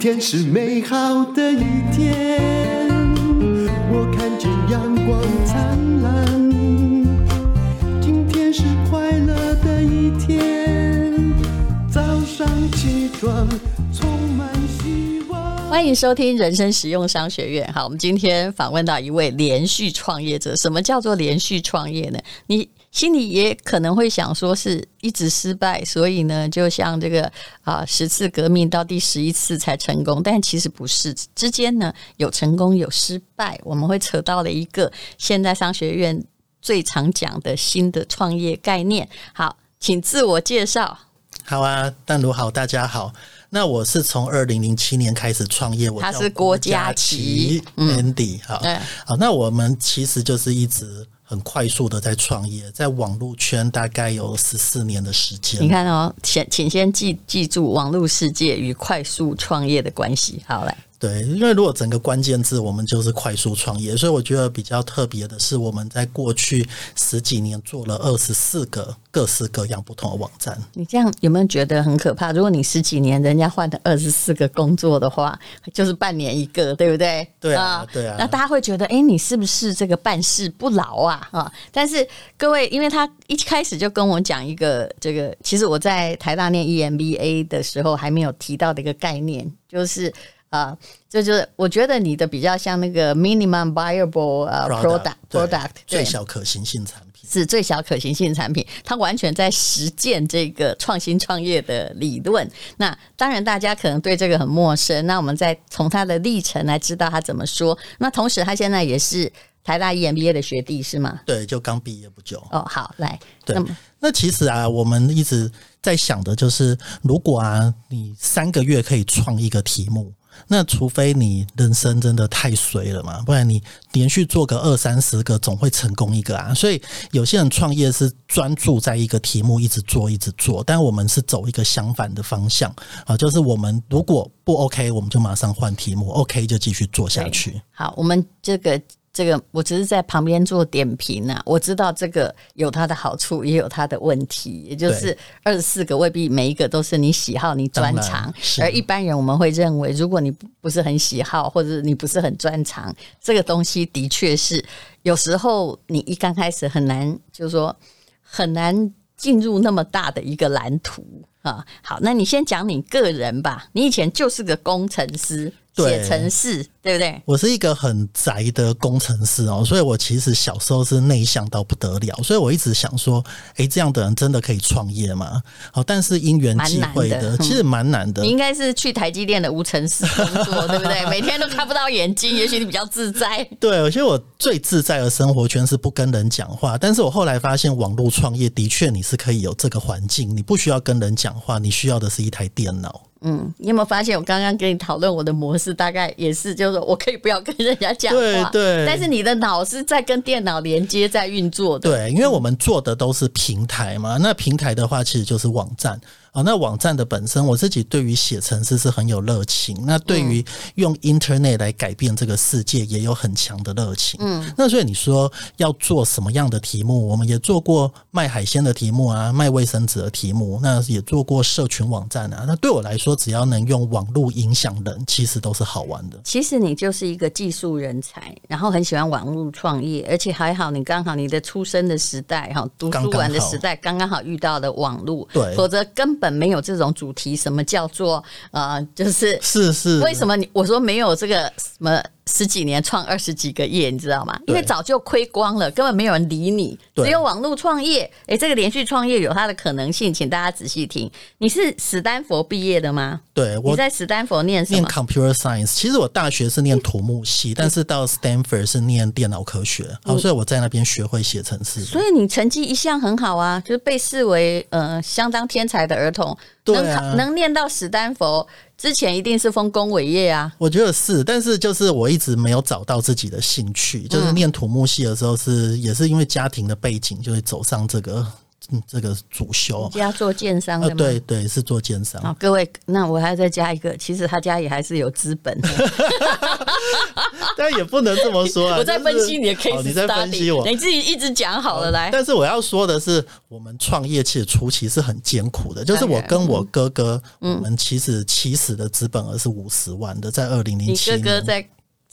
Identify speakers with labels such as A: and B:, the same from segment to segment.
A: 天是美好的一天，我看见阳光灿烂。今天是快乐的一天，早上起床充满希望。
B: 欢迎收听人生实用商学院。好，我们今天访问到一位连续创业者。什么叫做连续创业呢？你心里也可能会想说，是一直失败，所以呢，就像这个啊，十次革命到第十一次才成功，但其实不是，之间呢有成功有失败。我们会扯到了一个现在商学院最常讲的新的创业概念。好，请自我介绍。
C: 好啊，淡如好，大家好。那我是从二零零七年开始创业，我
B: 他
C: 叫
B: 是郭嘉
C: 琪
B: 琪嗯
C: Andy 好
B: 对，
C: 好，那我们其实就是一直很快速的在创业，在网络圈大概有十四年的时间。
B: 你，看哦，先请先记记住网络世界与快速创业的关系。好来，
C: 对，因为如果整个关键字我们就是快速创业，所以我觉得比较特别的是，我们在过去十几年做了二十四个各式各样不同的网站。
B: 你这样有没有觉得很可怕？如果你十几年人家换了二十四个工作的话，就是半年一个，对不对？
C: 对啊对啊
B: 那大家会觉得，哎，你是不是这个办事不牢啊？啊！但是各位，因为他一开始就跟我讲一个这个，其实我在台大念 E EMBA 的时候还没有提到的一个概念，就是。啊，这就是我觉得你的比较像那个 minimum viable 呃 product
C: 对
B: product 对
C: 最小可行性产品。
B: 是最小可行性产品，它完全在实践这个创新创业的理论。那当然，大家可能对这个很陌生，那我们再从他的历程来知道他怎么说。那同时，他现在也是台大 E EMBA 的学弟，是吗？
C: 对，就刚毕业不久。
B: 哦，好，来，
C: 对
B: 那么，
C: 那其实啊，我们一直在想的就是，如果啊，你三个月可以创一个题目，那除非你人生真的太衰了嘛，不然你连续做个二三十个，总会成功一个啊。所以有些人创业是专注在一个题目一直做一直做，但我们是走一个相反的方向啊，就是我们如果不 OK，我们就马上换题目；OK 就继续做下去。
B: 好，我们这个这个，我只是在旁边做点评啊。我知道这个有它的好处，也有它的问题，也就是二十四个未必每一个都是你喜好、你专
C: 当
B: 长
C: 然。是
B: 而一般人我们会认为，如果你不不是很喜好，或者是你不是很专长，这个东西的确是有时候你一刚开始很难，就是说很难进入那么大的一个蓝图。啊，好，那你先讲你个人吧。你以前就是个工程师，
C: 对
B: 写程式，对不对？
C: 我是一个很宅的工程师哦，所以我其实小时候是内向到不得了，所以我一直想说，诶，这样的人真的可以创业吗？好，但是因缘际会
B: 蛮难的嗯
C: 的，其实蛮难的
B: 你。应该是去台积电的无尘室工作，对不对？每天都看不到眼 睛，也许你比较自在。
C: 对，我觉得我最自在的生活圈是不跟人讲话，但是我后来发现，网络创业的确你是可以有这个环境，你不需要跟人讲话，你需要的是一台电脑。
B: 嗯，你有没有发现我刚刚跟你讨论我的模式，大概也是，就是我可以不要跟人家讲话，
C: 对对
B: 但是你的脑是在跟电脑连接，在运作的。
C: 对，因为我们做的都是平台嘛，那平台的话其实就是网站啊、那网站的本身，我自己对于写程式是很有热情，那对于用 Internet 来改变这个世界也有很强的热情。嗯，那所以你说要做什么样的题目，我们也做过卖海鲜的题目啊，卖卫生纸的题目，那也做过社群网站啊。那对我来说，只要能用网络影响人，其实都是好玩的。
B: 其实你就是一个技术人才，然后很喜欢网络创业，而且还好你刚好你的出生的时代哈，读书完的时代刚刚好遇到了网络，
C: 对
B: 否则根本没有这种主题，什么叫做呃，就是
C: 是是，
B: 为什么你我说没有这个什么十几年创二十几个业，你知道吗？因
C: 对
B: 为早就亏光了，根本没有人理你。
C: 对
B: 只有网络创业，诶，这个连续创业有它的可能性，请大家仔细听。你是史丹佛毕业的吗？
C: 对我
B: 你在史丹佛念什
C: 念
B: 么？
C: computer science，其实我大学是
B: 嗯
C: 念土木系，但是到 Stanford 是念电脑科学，好，所以我在那边学会写程式。
B: 嗯所以你成绩一向很好啊，就是被视为呃相当天才的儿童，
C: 对
B: 能
C: 啊
B: 考能念到史丹佛之前，一定是丰功伟业啊。
C: 我觉得是，但是就是我一直没有找到自己的
B: 嗯
C: 兴趣，就是念土木系的时候是也是因为家庭的背景，就会走上这个嗯这个主修。
B: 家做建商的
C: 呃，
B: 吗？
C: 对对，是做奸商。
B: 好，各位，那我还要再加一个，其实他家也还是有资本的。
C: 但也不能这么说啊。
B: 我在
C: 就
B: 分
C: 是
B: 析你的 case
C: 哦
B: study，
C: 你在分析我。哦
B: 你自己一直讲好了，来，
C: 但是我要说的是，我们创业其实初期是很艰苦的，就是我跟我哥哥，我们其实起始的资本额是五十万的，在二零零
B: 你
C: 七
B: 哥
C: 年。
B: 哥在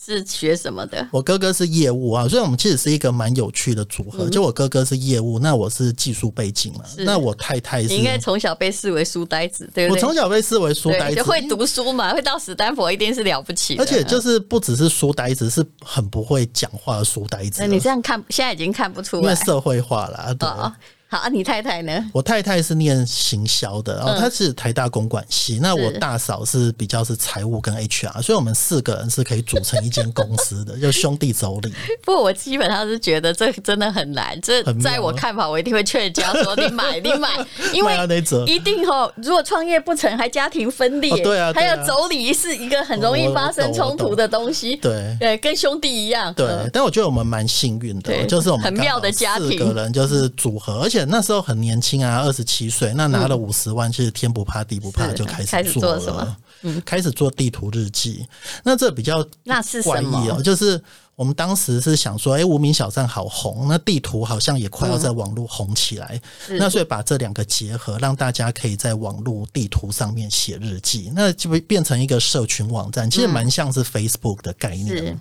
B: 是学什么的？
C: 我哥哥是业务啊，所以我们其实是一个蛮有趣的组合。就我哥哥是业务，那我是技术背景嘛，
B: 嗯是
C: 那我太太
B: 你
C: 是
B: 应，该从小被视为书呆子，对不
C: 我
B: 对？
C: 从小被视为书
B: 对
C: 呆
B: 你
C: 子
B: 就，会读书嘛，会到史丹佛一定是了不起的。
C: 而且就是不只是书呆子，是很不会讲话的书呆子
B: 那
C: 了，
B: 你这样看，现在已经看不出
C: 因为
B: 来。
C: 社会化啦，对。
B: 哦，好，啊你太太呢？
C: 我太太是念行销的，然哦后她是台大公管系，那我大嫂是比较是财务跟 HR，所以我们四个人是可以组成一间公司的，就兄弟妯娌。
B: 不，我基本上是觉得这真的很难。这
C: 很妙啊
B: 在我
C: 吗
B: 看法，我一定会劝人家说：“ 你买，你买。”因为
C: 卖到那一折
B: 一定哦，如果创业不成，还家庭分裂，
C: 哦对啊对
B: 还
C: 啊
B: 有妯娌是一个很容易
C: 我我
B: 发生
C: 懂
B: 冲突
C: 哦我懂
B: 的东西。
C: 对
B: 对，跟兄弟一样。
C: 对，
B: 嗯
C: 但我觉得我们蛮幸运的，
B: 对
C: 就是我们
B: 很妙的家庭
C: 四个人就是组合，而且那时候很年轻啊，二十七岁，那拿了五十万，其实天不怕地不怕
B: 嗯是
C: 就开始
B: 开始
C: 做
B: 做什么嗯
C: 了，嗯开始做地图日记。那这比较
B: 那是
C: 怪
B: 什
C: 异
B: 么
C: 哦，？就是我们当时是想说，哎、无名小站好红，那地图好像也快要在网络红起来，
B: 嗯是
C: 那所以把这两个结合，让大家可以在网络地图上面写日记，那就变成一个社群网站，其实蛮像是 Facebook 的概念。
B: 嗯
C: 哦
B: 是，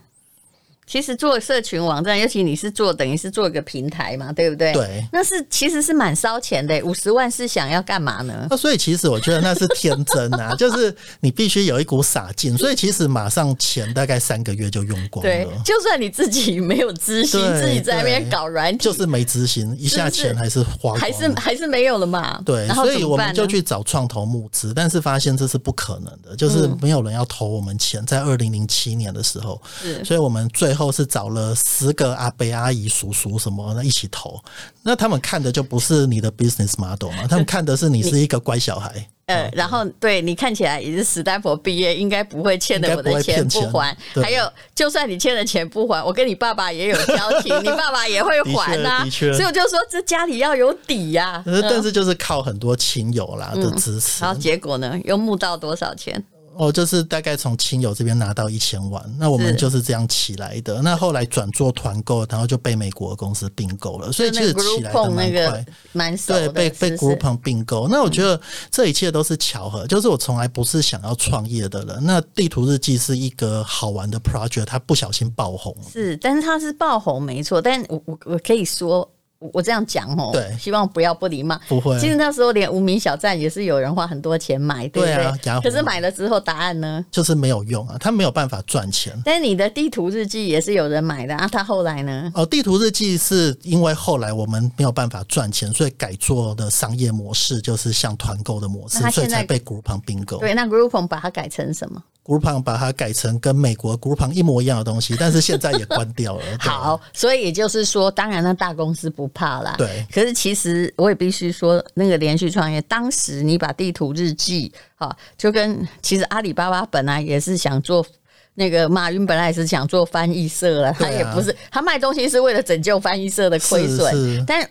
B: 其实做社群网站，尤其你是做等于是做一个平台嘛，对不对？
C: 对
B: 那是其实是蛮烧钱的，五十万是想要干嘛呢？
C: 那所以其实我觉得那是天真啊， 就是你必须有一股傻劲，所以其实马上钱大概三个月就用光
B: 对
C: 了，，
B: 就算你自己没有知心，
C: 哦对
B: 自己在那边搞软体，
C: 就是没执行，一下
B: 就是
C: 钱还是花光了，
B: 还是还是没有了嘛。
C: 对，
B: 然后
C: 所
B: 怎
C: 以
B: 么
C: 我
B: 办
C: 们
B: 呢
C: 就去找创投募资，但是发现这是不可能的，就是
B: 嗯
C: 没有人要投我们钱。在二零零七年的时候，
B: 是
C: 所以我们最后是找了十个阿伯、阿姨、叔叔什么的一起投。那他们看的就不是你的 business model 嘛，他们看的是你是一个乖小孩。
B: 呃，然后对你看起来也是史丹佛毕业，应该不会欠了我的钱不
C: 应该不会
B: 还
C: 骗钱。对
B: 还有，就算你欠了钱不还，我跟你爸爸也有交情，你爸爸也会还呐、
C: 的确的确
B: 所以我就说，这家里要有底呀、
C: 呃但是就是靠很多亲友啦
B: 嗯
C: 的支持，
B: 然后结果呢，又募到多少钱？
C: 哦，就是大概从亲友这边拿到一千万，那我
B: 是
C: 们就是这样起来的。那后来转做团购，然后就被美国公司并购了，所以其
B: 那
C: 实
B: 个
C: 起来的
B: Groupon
C: 蛮
B: 那
C: 快。
B: 个蛮熟
C: 对，
B: 的，
C: 被被
B: 是不是嗯
C: Groupon 并购。那我觉得这一切都是巧合，就是我从来不是想要创业的人。那地图日记是一个好玩的 project，它不小心爆红。
B: 是，但是它是爆红没错，但我我我可以说。我我这样讲哦，
C: 对
B: 希望不要不礼貌。
C: 不会
B: 其实那时候连无名小站也是有人花很多钱买，对不
C: 对啊雅虎
B: 可是买了之后答案呢？
C: 就是没有用啊，它没有办法赚钱。
B: 但是你的地图日记也是有人买的啊，他后来呢？
C: 哦，地图日记是因为后来我们没有办法赚钱，所以改做的商业模式就是像团购的模式
B: 那它，
C: 所以
B: 现在
C: 才被 Groupon 并购。
B: 对，那 Groupon 把它改成什么？
C: Groupon 把它改成跟美国 Groupon 一模一样的东西，但是现在也关掉 了。对啊
B: 好，所以也就是说，当然那大公司不怕啦。
C: 对
B: 可是其实我也必须说，那个连续创业，当时你把地图日记，啊，就跟其实阿里巴巴本来也是想做。那个马云本来也是想做翻译社了，
C: 对
B: 他
C: 啊
B: 也不是，他卖东西是为了拯救翻译社的亏
C: 是
B: 损
C: 是，
B: 但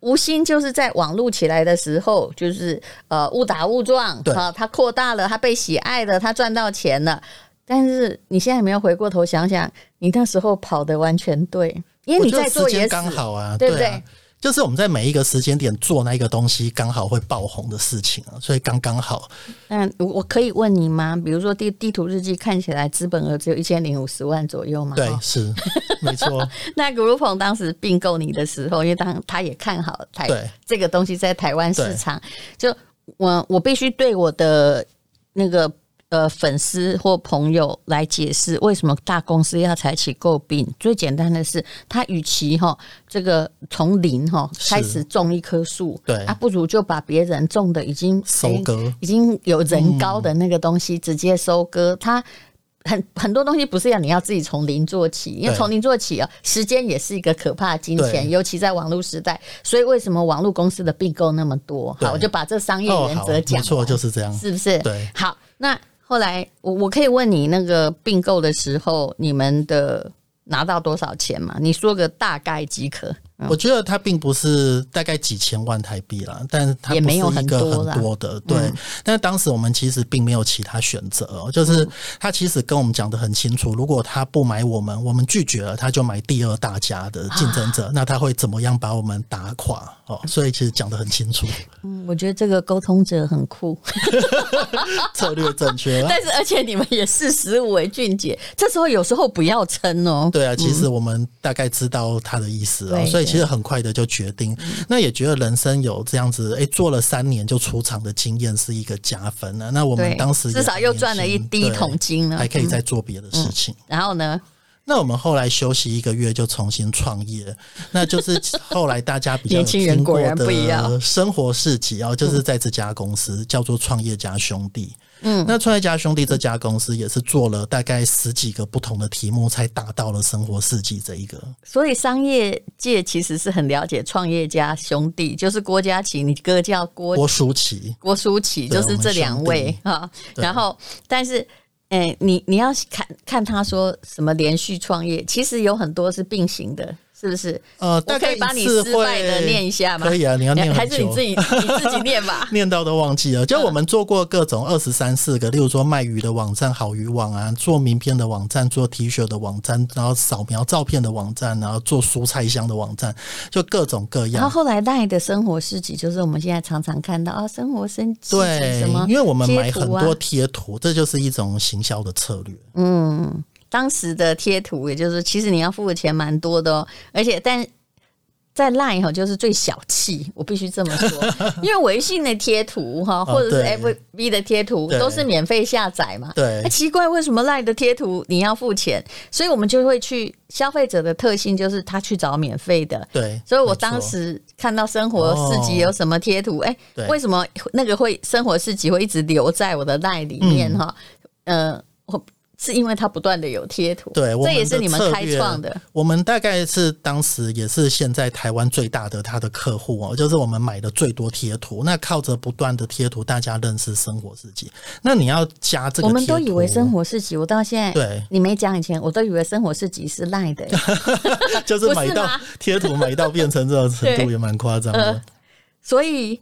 B: 吴昕就是在网络起来的时候，就是呃误打误撞，
C: 对
B: 啊，他扩大了，他被喜爱了，他赚到钱了。但是你现在有没有回过头想想，你那时候跑的完全对，因为
C: 我
B: 你
C: 觉得
B: 在做
C: 时
B: 也死
C: 间刚好啊，
B: 对不
C: 对啊？就是我们在每一个时间点做那一个东西，刚好会爆红的事情啊，所以刚刚好。
B: 嗯，我我可以问你吗？比如说地地图日记看起来资本额只有一千零五十万左右嘛？
C: 对
B: 哦，
C: 是 没错，
B: 那 Groupon 当时并购你的时候，因为当他也看好台
C: 对
B: 这个东西在台湾市场，就我我必须对我的那个呃粉丝或朋友来解释，为什么大公司要采取诟病。最简单的是，他与其哈这个从零哈
C: 是
B: 开始种一棵树，
C: 对
B: 啊，不如就把别人种的已经
C: 收割嗯
B: 哎已经有人高的那个东西直接收割，它。很很多东西不是要你要自己从零做起，因为
C: 对
B: 从零做起啊，时间也是一个可怕的金钱，
C: 对
B: 尤其在网络时代。所以为什么网络公司的并购那么多？
C: 对
B: 好，我就把这商业
C: 哦，
B: 原
C: 好，
B: 则
C: 没
B: 讲完，
C: 错，就是这样。
B: 是不是？
C: 对
B: 好，那后来我我可以问你，那个并购的时候，你们的拿到多少钱吗？你说个大概即可。
C: 我觉得它并不是大概几千万台币啦，但它
B: 也
C: 不
B: 没
C: 是
B: 有
C: 一
B: 很
C: 个
B: 多啦嗯
C: 很多的，对。但当时我们其实并没有其他选择哦，就是
B: 嗯
C: 他其实跟我们讲的很清楚，如果他不买我们，我们拒绝了，他就买第二大家的
B: 啊
C: 竞争者，那他会怎么样把我们打垮哦？所以其实讲的很 清楚，
B: 嗯，我觉得这个沟通者很酷，
C: 策略正确。
B: 但是而且你们也视食物为俊杰，这时候有时候不要撑哦。
C: 对啊，其实我们大概知道他的意思啊、
B: 对嗯
C: 所以其实很快的就决定。那也觉得人生有这样子，哎、做了三年就出场的经验是一个加分啊。那我们
B: 对
C: 当时也
B: 至少又
C: 很年轻
B: 赚了一第一桶金嗯
C: 对
B: 呢
C: 还可以再做别的事情。
B: 然后呢，
C: 那我们后来休息一个月，就重新创业。那就是后来大家比较 有
B: 年轻人
C: 听过
B: 果然不一样
C: 的生活事迹啊，就是在这家公司叫做创业家兄弟。嗯，那创业家兄弟这家公司也是做了大概十几个不同的题目，才达到了生活事迹这一个。
B: 所以商业界其实是很了解创业家兄弟，就是郭嘉琪，你哥叫郭
C: 郭舒淇，
B: 郭书琪，
C: 对
B: 就是这两位哈。
C: 对
B: 然后，但是，哎、你你要看看他说什么连续创业，其实有很多是并行的，是不是？
C: 呃，
B: 我
C: 大
B: 可
C: 概
B: 以把你
C: 一次
B: 失败的
C: 会
B: 念一下吗？
C: 可以啊，你要念
B: 还
C: 很
B: 是你
C: 久
B: 自。己你自己念吧
C: 。念到都忘记了，
B: 嗯
C: 就我们做过各种二十三四个，例如说卖鱼的网站、好鱼网啊，做名片的网站，做 T 恤的网站，然后扫描照片的网站，然后做蔬菜箱的网站，就各种各
B: 然后
C: 样。
B: 后来赖的生活事迹，就是我们现在常常看到啊，生活升级
C: 对
B: 什么，，
C: 因为我们买
B: 贴图
C: 很
B: 啊
C: 多贴图，这就是一种行销的策略。
B: 当时的贴图，也就是其实你要付的钱蛮多的哦，而且但在 Line 哈就是最小气，我必须这么 说，因为微信的贴图哈，或者是
C: 哦对
B: FB 的贴图
C: 对
B: 都是免费下载嘛，
C: 对
B: 那奇怪为什么 Line 的贴图你要付钱？所以我们就会去消费者的特性就是他去找免费的，
C: 对，
B: 所以我
C: 没错
B: 当时看到生活市集有什么贴图，哎、
C: 哦对嗯
B: 为什么那个会生活市集会一直留在我的袋里面哈？呃，我是因为它不断的有贴图，
C: 对，我
B: 这
C: 们
B: 也是
C: 的
B: 你们
C: 策
B: 开
C: 略
B: 创的。
C: 我们大概是当时也是现在台湾最大的它的客户哦，就是我们买的最多贴图。那靠着不断的贴图，大家认识生活自己。那你要加这个，
B: 我们都以为生。活市集，我到现在
C: 对
B: 你没讲以前，我都以为生活市集是赖 的、哎
C: 哦就是
B: 不
C: 买
B: 是
C: 到
B: 吗
C: 贴图买到变成这种程
B: 对
C: 度也蛮夸张的
B: 呃，所以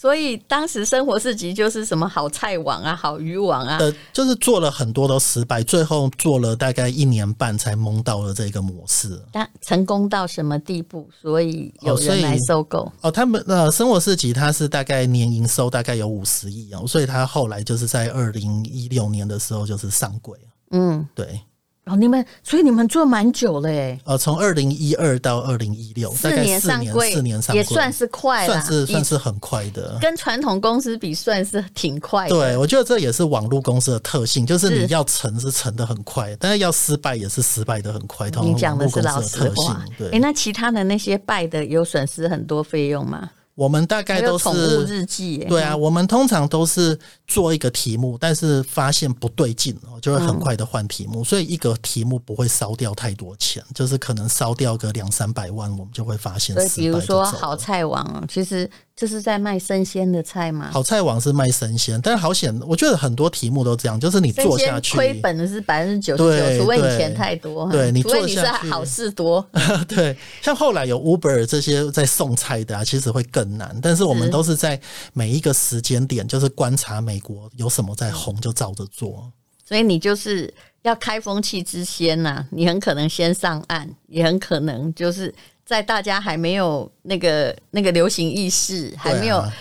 B: 所以当时生活市集就是什么好菜网啊、好鱼网啊，
C: 呃，就是做了很多都失败，最后做了大概一年半才蒙到了这个模式。
B: 但成功到什么地步，所以有
C: 哦所
B: 人
C: 以
B: 来收购。
C: 哦，他们呃，生活市集它是大概年营收大概有五十亿哦，所以它后来就是在二零一六年的时候就是上柜，
B: 嗯，
C: 对，
B: 哦，你们所以你们做蛮久了哎。
C: 呃，从二零一二到二零一六，大
B: 四
C: 概
B: 年
C: 四
B: 上
C: 年
B: 柜，
C: 四年上
B: 也
C: 柜
B: 算是快了，
C: 算是
B: 以
C: 算是很快的。
B: 跟传统公司比算是挺快的。
C: 对，我觉得这也是网络公司的特性，就是
B: 是
C: 你要成是成的很快，但是要失败也是失败的很快。通
B: 你
C: 常
B: 讲
C: 网
B: 的是
C: 络公司
B: 老
C: 的
B: 实
C: 特
B: 话哎
C: 性，。
B: 诶，
C: 对，
B: 那其他的那些败的有损失很多费用吗？
C: 我们大
B: 还
C: 概
B: 有
C: 都
B: 宠物
C: 是。
B: 日记、诶
C: 对啊，我们通常都是做一个题目，但是发现不对劲哦，就会很快的换题
B: 嗯
C: 目，所以一个题目不会烧掉太多钱，就是可能烧掉个两三百万，我们就会发现
B: 所以
C: 失败
B: 比如
C: 就
B: 说
C: 走了
B: 好菜网哦，其实就是在卖生鲜的菜嘛。
C: 好菜网是卖生鲜，但是好险，我觉得很多题目都这样，就是你
B: 生
C: 做下
B: 鲜
C: 去，
B: 亏本的是百分之九十
C: 对
B: 九，除非你
C: 对
B: 钱太多，
C: 对你
B: 除非
C: 做
B: 你是
C: 下去
B: 好事多，
C: 对，像后来有 Uber 这些在送菜的啊，其实会更难。但是我们
B: 是
C: 都是在每一个时间点，就是观察美国有什么在红，就照着做。
B: 所以你就是要开风气之先呐、你很可能先上岸，也很可能就是在大家还没有那个那个流行意识，还没有、
C: 对啊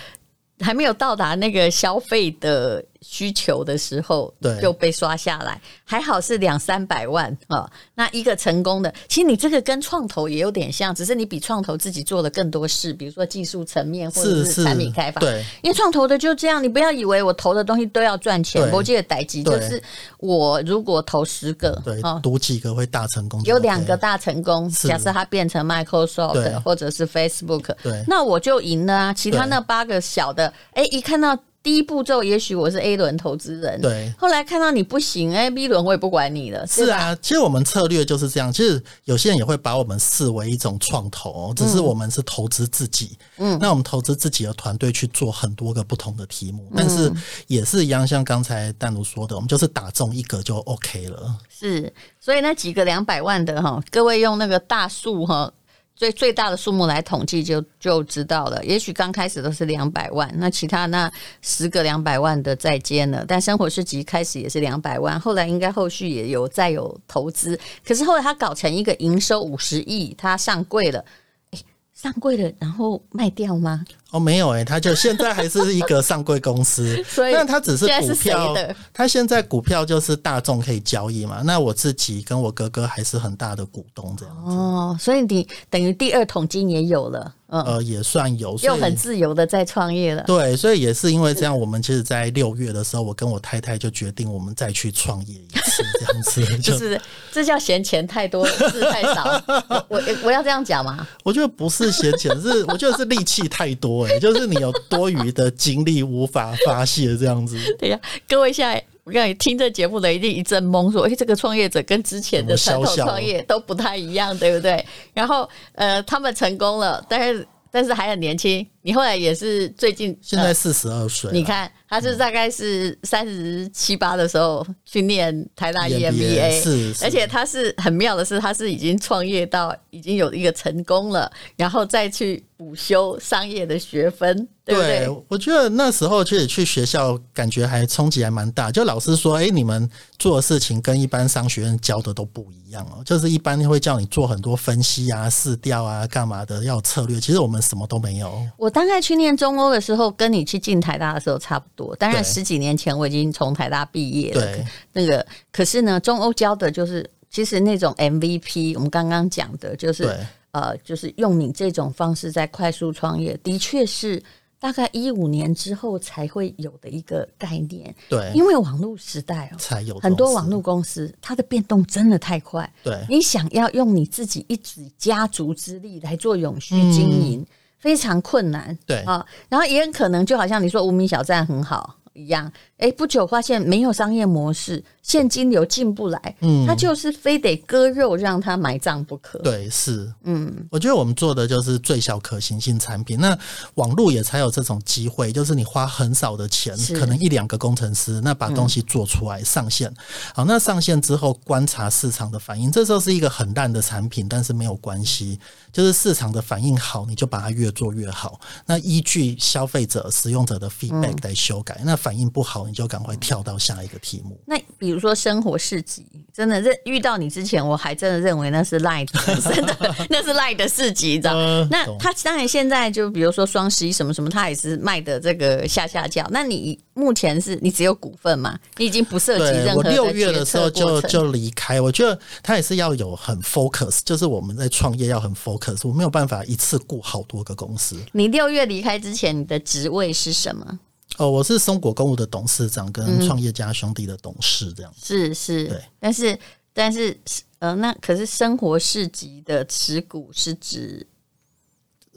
B: 还没有到达那个消费的需求的时候，
C: 对
B: 就被刷下来。还好是两三百万啊、哦那一个成功的，其实你这个跟创投也有点像，只是你比创投自己做了更多事，比如说技术层面或者
C: 是
B: 是
C: 是
B: 产品开发。
C: 对
B: 因为创投的就这样，你不要以为我投的东西都要赚钱。
C: 对
B: 我记得逮鸡就
C: 对
B: 是我如果投十个，
C: 对
B: 哦，
C: 赌几个会大成功就 OK
B: 有
C: 了，
B: 两个大成功，
C: 是
B: 假设它变成 Microsoft
C: 对啊
B: 或者是 Facebook，
C: 对
B: 那我就赢了啊。其他
C: 对
B: 那八个小的，哎，一看到第一步骤，也许我是 A 轮投资人，
C: 对
B: 后来看到你不行，哎，B 轮我也不管你了，
C: 是
B: 对吧，
C: 啊，其实我们策略就是这样。其实有些人也会把我们视为一种创
B: 嗯
C: 投，哦只是我们是投资自己。嗯，那我们投资自己的团队去做很多个不同的题
B: 嗯
C: 目，但是也是一样，像刚才淡如说的，我们就是打中一个就 OK 了。
B: 是。所以那几个两百万的哈，各位用那个大数哈。最最大的数目来统计就就知道了。也许刚开始都是两百万，那其他那十个两百万的再接呢？但生活市集开始也是两百万，后来应该后续也有再有投资，可是后来他搞成一个营收五十亿，他上柜了。诶上柜了，然后卖掉吗？，
C: 哦，没有诶、他就现在还是一个上柜公 司
B: 所以
C: 但他只是
B: 现在是
C: 股票
B: 谁的，
C: 他现在股票就是大众可以交易嘛。那我自己跟我哥哥还是很大的股东，这样、
B: 哦，所以你等于第二桶金也有了，嗯，
C: 呃也算有，所
B: 又
C: 以
B: 很自由的在创业了。
C: 对，所以也是因为这样，我们其实，在六月的时候，我跟我太太就决定我们再去创业一次，这样 子
B: 就
C: 就是
B: 这叫嫌钱太多，事太 少。我我我要这样讲吗？
C: 我觉得不是闲钱，是我觉得是力气太多哎、就是你有多余的精力无法发泄这样子。
B: 对呀、各位现在我让你听这节目的一定一阵懵，说：“哎，这个创业者跟之前的
C: 怎
B: 传
C: 么
B: 统
C: 笑笑
B: 创业都不太一样，对不对？”然后呃，他们成功了，但是但是还很年轻。你后来也是最近
C: 现在嗯
B: 呃
C: 四十二岁了，
B: 你看，他是大概是三十七八的时候去念台大 E
C: EMBA
B: EMBA，
C: 是是
B: 而且他是很妙的是，他是已经创业到已经有一个成功了，然后再去补修商业的学分，对不对？
C: 我觉得那时候其实去学校感觉还冲击还蛮大，就老师说，哎、你们做的事情跟一般商学院教的都不一样哦，就是一般会叫你做很多分析啊、试调啊、干嘛的，要有策略。其实我们什么都没有。
B: 我大概去念中欧的时候，跟你去进台大的时候差不多。当然，
C: 对
B: 十几年前我已经从台大毕业了。
C: 对，
B: 那个可是呢，中欧教的就是其实那种 MVP，我们刚刚讲的就是
C: 对
B: 呃，就是用你这种方式在快速创业，的确是大概一五年之后才会有的一个概念，
C: 对，
B: 因为网络时代哦。
C: 哎才有
B: 很多
C: 公司哎
B: 网络公司，它的变动真的太快。
C: 对
B: 你想要用你自己一己家族之力来做永续经营，非常困难。
C: 嗯对
B: 啊，然后也很可能就好像你说无名小站很好一样，哎，不久发现没有商业模式，现金流进不来，嗯，他就是非得割肉让他埋葬不可。
C: 对是，
B: 嗯，
C: 我觉得我们做的就是最小可行性产品。那网络也才有这种机会，就是你花很少的钱
B: 是，
C: 可能一两个工程师，那把东西做出来、上线。好，那上线之后观察市场的反应，这时候是一个很烂的产品，但是没有关系，就是市场的反应好，你就把它越做越好。那依据消费者、使用者的
B: 嗯
C: feedback 来修改。那反应不好，你就赶快跳到下一个题目。
B: 那比如说生活市集，真的认遇到你之前，我还真的认为那是赖的， 真的那是赖的市集，你知道吗？
C: 嗯
B: 那
C: 懂
B: 他当然现在就比如说双十一什么什么，他也是卖的这个下下价。那你目前是你只有股份嘛？你已经不涉及
C: 对
B: 任
C: 我
B: 何
C: 六月
B: 决
C: 的时候
B: 策过
C: 就
B: 程。
C: 就离开，我觉得他也是要有很 focus，就是我们在创业要很 focus，我没有办法一次雇好多个公司。
B: 你六月离开之前，你的职位是什么？
C: 哦，我是松果公务的董事长跟创业家兄弟的董事这样。
B: 是是
C: 对，
B: 但是但是呃，那可是生活市集的持股是指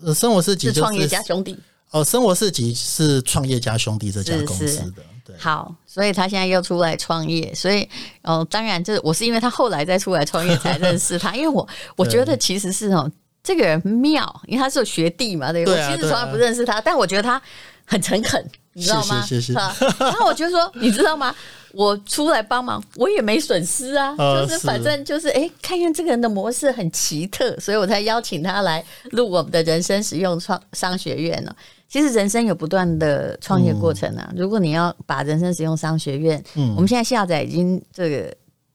C: 呃，生活市
B: 嗯
C: 集
B: 是
C: 就
B: 创业
C: 是
B: 家兄弟。
C: 哦，生活市集是创业家兄弟这家
B: 是
C: 公
B: 是
C: 司的，对。
B: 好，所以他现在又出来创业，所以哦，当然就是我是因为他后来再出来创业才认识他，因为 我我觉得其实是哦，这个人妙，因为他是我学弟嘛，对，
C: 对啊
B: 我其实
C: 对
B: 从
C: 啊
B: 来不认识他，但我觉得他很诚恳，你知道吗？
C: 是是是
B: 啊然后我就说，你知道吗？我出来帮忙，我也没损失 啊，
C: 呃
B: 就是
C: 是
B: 反正就是哎、诶看看这个人的模式很奇特，所以我才邀请他来录我们的人生实用创商学院呢、其实人生有不断的创业过程啊，如果你要把人生实用商学院，
C: 嗯
B: 我们现在下载已经这个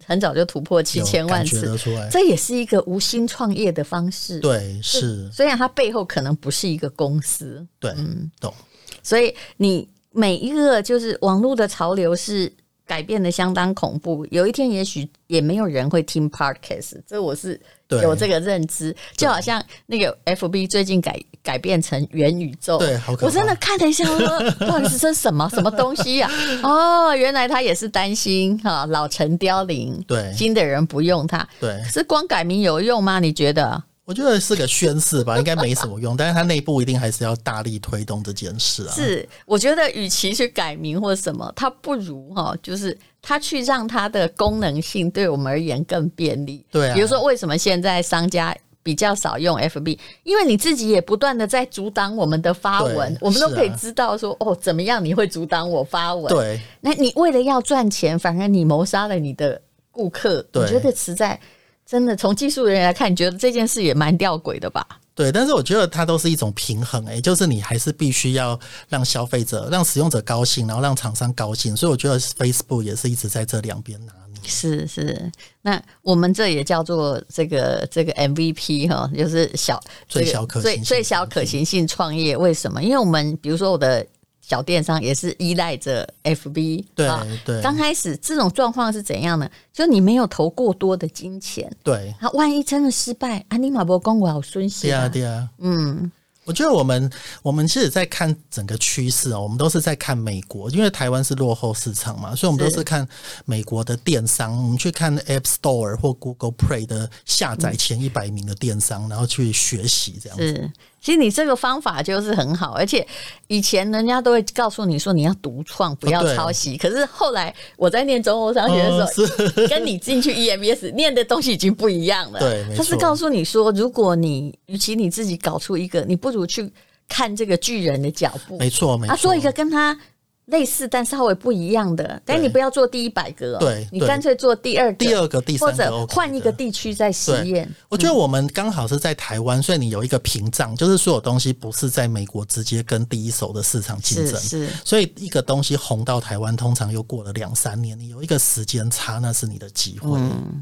B: 很早就突破七
C: 有
B: 千万
C: 感觉
B: 次
C: 得，出来，
B: 这也是一个无心创业的方式。，
C: 对，是，
B: 虽然它背后可能不是一个公司，
C: 对，
B: 嗯
C: 懂。
B: 所以你每一个就是网络的潮流是改变的相当恐怖，有一天也许也没有人会听 podcast，这我是
C: 对
B: 有这个认知。就好像那个 FB 最近改改变成元宇宙，
C: 对好可怕
B: 我真的看了一下，我说不好意思，这是什么什么东西 呀、哦，原来他也是担心哈、老成凋零，
C: 对
B: 新的人不用它。
C: 对
B: 可，是光改名有用吗？你觉得？
C: 我觉得是个宣誓吧，应该没什么用，但是它内部一定还是要大力推动这件事啊。
B: 是，我觉得与其去改名或什么，它不如哈、就是它去让它的功能性对我们而言更便利。
C: 对啊
B: 比如说为什么现在商家？比较少用 FB，因为你自己也不断的在阻挡我们的发文
C: 对，
B: 我们都
C: 是啊
B: 可以知道说、哦，怎么样你会阻挡我发文？
C: 对，
B: 那你为了要赚钱，反而你谋杀了你的顾客，我
C: 对
B: 觉得实在真的，从技术人员来看，你觉得这件事也蛮吊诡的吧？
C: 对，但是我觉得它都是一种平衡、欸，诶，就是你还是必须要让消费者、让使用者高兴，然后让厂商高兴，所以我觉得 Facebook 也是一直在这两边拿捏。
B: 是是，那我们这也叫做这个这个 MVP 哈，就是小
C: 最
B: 这个
C: 小可
B: 最
C: 行性
B: 最小可行性创业。为什么？因为我们比如说我的小电商也是依赖着 FB，
C: 对
B: 啊
C: 对
B: 刚开始这种状况是怎样呢？就你没有投过多的金钱，
C: 对，
B: 啊，万一真的失败，啊，你马博公我好孙
C: 对
B: 息
C: 啊，对啊。
B: 嗯，
C: 我觉得我们我们其实在看整个趋势哦，我们都是在看美国，因为台湾是落后市场嘛，所以我们
B: 是
C: 都是看美国的电商，我们去看 App Store 或 Google Play 的下载前一百名的电商，然后去学习这样子。
B: 嗯是。其实你这个方法就是很好，而且以前人家都会告诉你说你要独创，不要
C: 哦对
B: 抄袭。可是后来我在念中欧商学的时候，
C: 哦是
B: 跟你进去 E EMBS 念的东西已经不一样了。
C: 对没错
B: 他是告诉你说，如果你与其你自己搞出一个，你不如去看这个巨人的脚步，
C: 没错没错。
B: 啊，做一个跟他类似但稍微不一样的，但你不要做第一百个、哦，
C: 对
B: 你
C: 对
B: 干脆做第二个、
C: 第二个、第
B: 或
C: 三个、
B: 者
C: OK 的
B: 换一个地区再实验。
C: 我觉得我们刚好是在台湾，所以你有一个屏障，就是所有东西不是在美国直接跟第一手的市场竞
B: 是
C: 争。
B: 是，
C: 所以一个东西红到台湾，通常又过了两三年，你有一个时间差，那是你的机会。
B: 嗯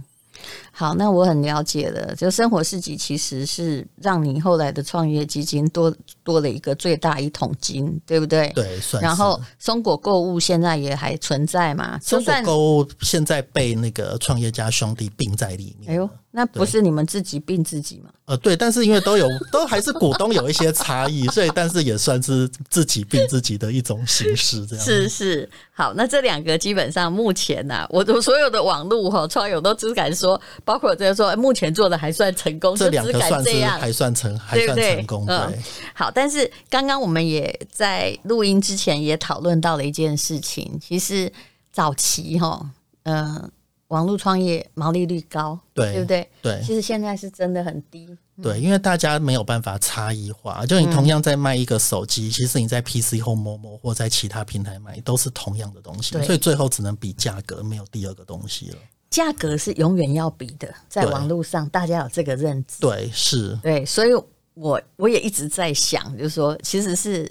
B: 好，那我很了解了。就生活市集其实是让你后来的创业基金多多了一个最大一桶金，对不对？
C: 对，算是。
B: 然后松果购物现在也还存在嘛？就
C: 中国
B: 算
C: 购物现在被那个创业家兄弟并在里面。
B: 哎呦，那不是你们自己并自己吗？
C: 呃，对，但是因为都有 都还是股东有一些差异，所以但是也算是自己并自己的一种形式，这样
B: 是是，好，那这两个基本上目前呐、我我所有的网路哈创友都只敢说，包括这个说哎目前做的还算成功，
C: 这
B: 就
C: 两
B: 只
C: 个算
B: 敢这
C: 是
B: 样。
C: 还算成还
B: 对不
C: 算
B: 对
C: 成功，
B: 嗯
C: 对。
B: 好，但是刚刚我们也在录音之前也讨论到了一件事情，其实早期哈，呃，网络创业毛利率高，
C: 对
B: 对不对？
C: 对
B: 其实现在是真的很低，
C: 对，因为大家没有办法差异化，就你
B: 嗯
C: 同样在卖一个手机，其实你在 PC 或某某或在其他平台买都是同样的东西，
B: 对
C: 所以最后只能比价格，没有第二个东西了。
B: 价格是永远要比的，在
C: 对
B: 网络上大家有这个认知。
C: 对，是，
B: 对，所以我我也一直在想，就是说，其实是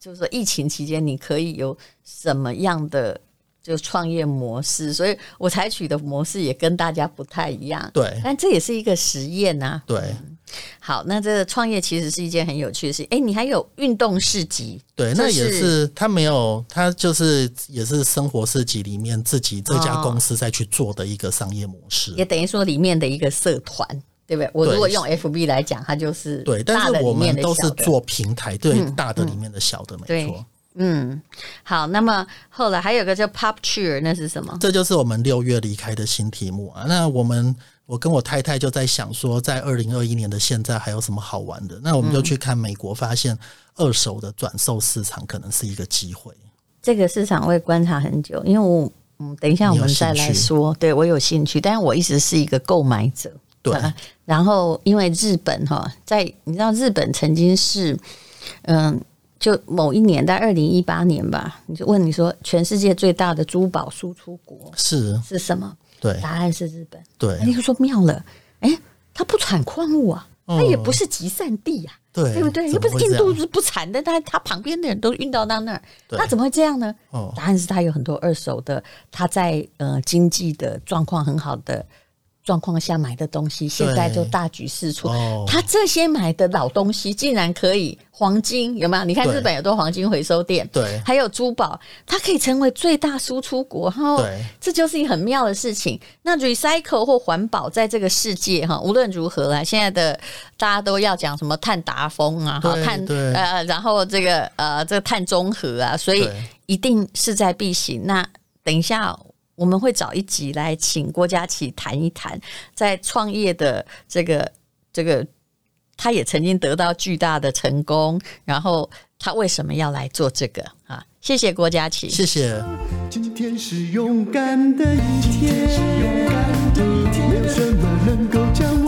B: 就是说，疫情期间你可以有什么样的就创业模式？所以我采取的模式也跟大家不太一样。
C: 对
B: 但这也是一个实验啊。
C: 对，
B: 好，那这个创业其实是一件很有趣的事。哎，你还有运动市集，
C: 对，
B: 这
C: 那也是他没有，他就是也是生活市集里面自己这
B: 哦
C: 家公司再去做的一个商业模式。
B: 也等于说里面的一个社团，对不对？我
C: 对
B: 如果用 FB 来讲，它就是
C: 对，
B: 大
C: 但
B: 的
C: 是我
B: 里面
C: 们
B: 的
C: 都
B: 小
C: 是
B: 的嗯
C: 做平台，对大的里面的小的，没
B: 对
C: 错。
B: 嗯，好。那么后来还有个叫 Pop Cheer，那是什么？
C: 这就是我们六月离开的新题目啊。那我们我跟我太太就在想说，在二零二一年的现在还有什么好玩的？那我们就去看美国，发现二手的转售市场可能是一个机会。
B: 这个市场我也观察很久，因为我嗯，等一下我们再来说，对我有兴趣，但是我一直是一个购买者。
C: 对
B: 啊然后因为日本哈，在你知道日本曾经是嗯。就某一年，在二零一八年吧，你就问你说全世界最大的珠宝输出国
C: 是，
B: 是什么？
C: 对
B: 答案是日本。那你
C: 对
B: 就说妙了，哎，它不产矿物啊，它
C: 嗯
B: 也不是集散地呀、
C: 对
B: 对不对？又
C: 怎
B: 不
C: 么
B: 是
C: 会这
B: 印度
C: 样？
B: 是不产的，但它旁边的人都运到到那儿，
C: 对
B: 那怎么会这样呢？
C: 哦
B: 答案是它有很多二手的，它在呃经济的状况很好的状况下买的东西，现在就大举释出
C: 哦。
B: 它这些买的老东西竟然可以黄金，有没有？你看
C: 对
B: 日本有多黄金回收店，
C: 对
B: 还有珠宝，它可以成为最大输出国，然后
C: 对
B: 这就是一个很妙的事情。那 recycle 或环保在这个世界哈，无论如何啦，现在的大家都要讲什么碳达峰啊，哈
C: 对
B: 碳
C: 对
B: 呃，然后这个呃这个碳中和啊，所以
C: 对
B: 一定势在必行。那等一下。我们会找一集来请郭佳琪谈一谈，在创业的这个这个他也曾经得到巨大的成功，然后他为什么要来做这个啊？谢谢郭佳琪，
C: 谢谢。
A: 今天是勇敢的一天，没有什么能够将